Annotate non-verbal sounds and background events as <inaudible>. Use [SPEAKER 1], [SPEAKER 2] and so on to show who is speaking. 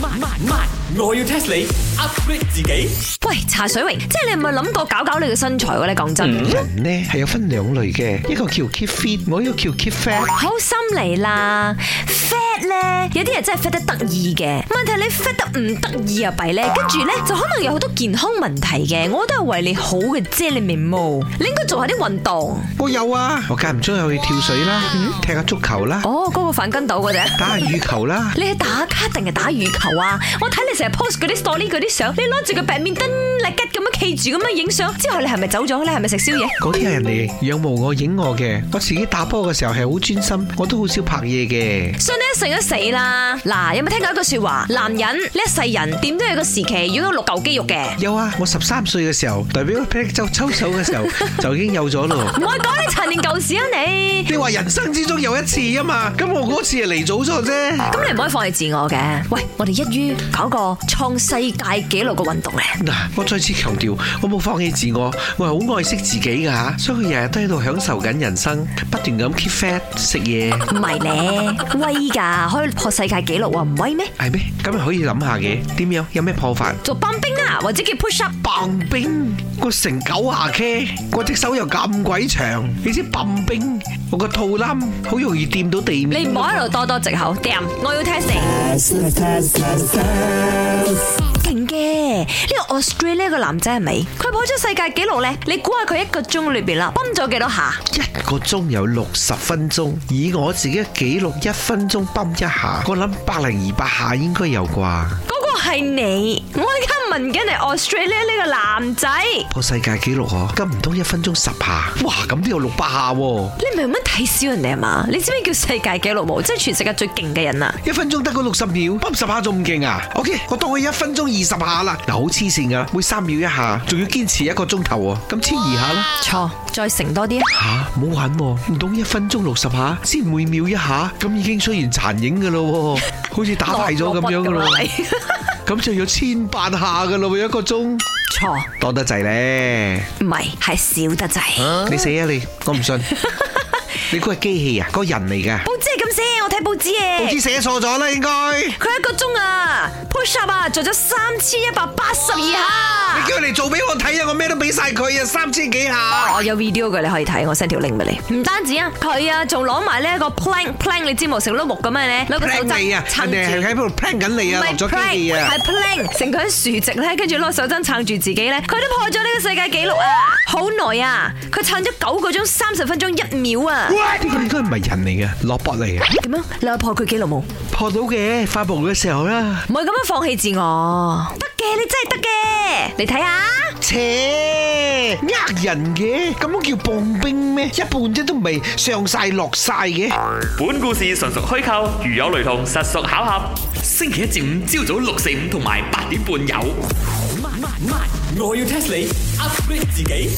[SPEAKER 1] 慢慢慢，我要 test 你 upgrade 自己。
[SPEAKER 2] 喂，茶水榮，即係你唔係諗過搞搞你嘅身材嘅咧？講真，
[SPEAKER 3] 人咧係有分兩類嘅，一個叫 keep fit，我一個叫 keep fat。
[SPEAKER 2] 好心嚟啦，fat 咧，有啲人真係 fat 得得意嘅，問題你 fat 得唔得意啊弊咧，跟住咧就可能有好多健康問題嘅，我都係為你好嘅啫，你明冇？你應該做下啲運動。
[SPEAKER 3] 我有啊，嗯我間唔中又去跳水啦，踢下足球啦，
[SPEAKER 2] 哦，嗰個反筋斗嗰隻。
[SPEAKER 3] 打下羽球啦。
[SPEAKER 2] 你係打卡定係打羽球啊？我睇你成日 post 嗰啲 story 嗰啲相，你攞住個 badminton racket 咁樣企住咁樣影相，之後你係咪走咗咧？係咪食宵夜？
[SPEAKER 3] 嗰啲係人哋仰慕我影我嘅，我自己打波嘅時候係好專心，我都好少拍嘢嘅。
[SPEAKER 2] 信你一成一死啦！嗱，有冇聽過一句說話？男人呢一世人點都有個時期要有六嚿肌肉嘅。
[SPEAKER 3] 有啊，我十三歲嘅時候代表霹靂州抽手嘅時 <laughs> 候就已經有咗咯。
[SPEAKER 2] 唔好講你陳年舊事啊你！
[SPEAKER 3] 你話人生之中有一次啊嘛，咁我嗰次係嚟早咗啫。
[SPEAKER 2] 咁你唔可以放棄自我嘅。喂，我哋一於搞個創世界紀錄嘅運動咧。
[SPEAKER 3] 嗱，我再次強調，我冇放棄自我，我係好愛惜自己噶吓，所以佢日日都喺度享受緊人生，不斷咁 keep fat 食嘢，
[SPEAKER 2] 唔係咧，威噶，可以破世界紀錄啊，唔威咩？
[SPEAKER 3] 係哎咩？咁咪可以諗下嘅，點樣？有咩破法？
[SPEAKER 2] 做棒冰啊，或者叫 push up。
[SPEAKER 3] 棒冰個成九下 K，我隻手又咁鬼長，你知棒冰我個肚腩好容易掂到地面。
[SPEAKER 2] 你唔好喺度多多藉口，掂！我要 test 你。勁嘅，呢個 Australia 個男仔係咪？佢破咗世界紀錄咧，你估下佢一個鐘裏邊啦，泵咗幾多下？
[SPEAKER 3] 一個鐘有六十分鐘，以我自己嘅記錄，一分鐘泵一下，我諗百零二百下應該有啩。
[SPEAKER 2] 嗰個係你，我而家問緊你 Australia 呢個男仔，
[SPEAKER 3] 破世界紀錄嗬，咁唔通一分鐘十下？哇，咁都有六百下喎！
[SPEAKER 2] 你唔係咁睇小人哋係啊嘛？你知唔知叫世界紀錄冇？即係全世界最勁嘅人啊！
[SPEAKER 3] 一分鐘得個六十秒，泵十下仲唔勁啊？OK，我當佢一分鐘二十下啦。嗱，好黐線噶，每三秒一下，仲要堅持一個鐘頭喎，咁千二下啦。
[SPEAKER 2] 錯，再乘多啲啊！
[SPEAKER 3] 吓，唔好玩喎，唔通一分鐘六十下，先每秒一下，咁已經出現殘影噶咯 <laughs> 喎，好似打敗咗咁樣噶咯
[SPEAKER 2] 落落筆咁啊
[SPEAKER 3] 喎， <laughs> 咁就要千八下噶咯喎，一個鐘
[SPEAKER 2] <laughs> 錯，
[SPEAKER 3] 多得滯咧，
[SPEAKER 2] 唔係係少得滯。
[SPEAKER 3] 你死啊你，我唔信， <laughs> 你估係機器啊，嗰人嚟噶，
[SPEAKER 2] 報紙係咁寫，我睇報紙嘅。
[SPEAKER 3] 報紙寫錯咗啦應該，你
[SPEAKER 2] 佢一個鐘啊，push up 啊，做咗三千一百八十二下。
[SPEAKER 3] 叫佢嚟做俾我睇啊，我咩都俾晒佢啊，三千幾下，
[SPEAKER 2] 啊我有 video 嘅，你可以睇，我 send 條 link 俾你。唔單止啊，佢啊仲攞埋呢一個 plank plank，你知冇成碌木咁樣咧，攞個手
[SPEAKER 3] plan 你
[SPEAKER 2] 踭
[SPEAKER 3] 啊，
[SPEAKER 2] 撐
[SPEAKER 3] 人哋係
[SPEAKER 2] 住。
[SPEAKER 3] 喺度 plan 緊你啊，
[SPEAKER 2] 唔係
[SPEAKER 3] 落咗機器
[SPEAKER 2] plank，
[SPEAKER 3] 啊
[SPEAKER 2] 係。plank，成個喺樹直咧，跟住攞手踭撐住自己咧，佢都破咗呢個世界紀錄啊！好耐啊，佢撐咗九個鐘三十分鐘一秒啊！
[SPEAKER 3] 呢個應該唔係人嚟嘅，落卜嚟嘅，
[SPEAKER 2] 點樣？你有破佢紀錄冇？唔
[SPEAKER 3] 破到嘅，發夢嘅時候啦。
[SPEAKER 2] 係咁樣放棄自我，得嘅，你真係得嘅，你睇下。
[SPEAKER 3] 切，呃人嘅，咁樣叫棒冰咩？一半啫都唔係上晒落晒嘅。
[SPEAKER 4] 本故事純屬虛構，如有雷同，實屬巧合。星期一至五朝早六四五同埋八點半有。
[SPEAKER 1] 慢慢慢，我要 test 你 upgrade 自己。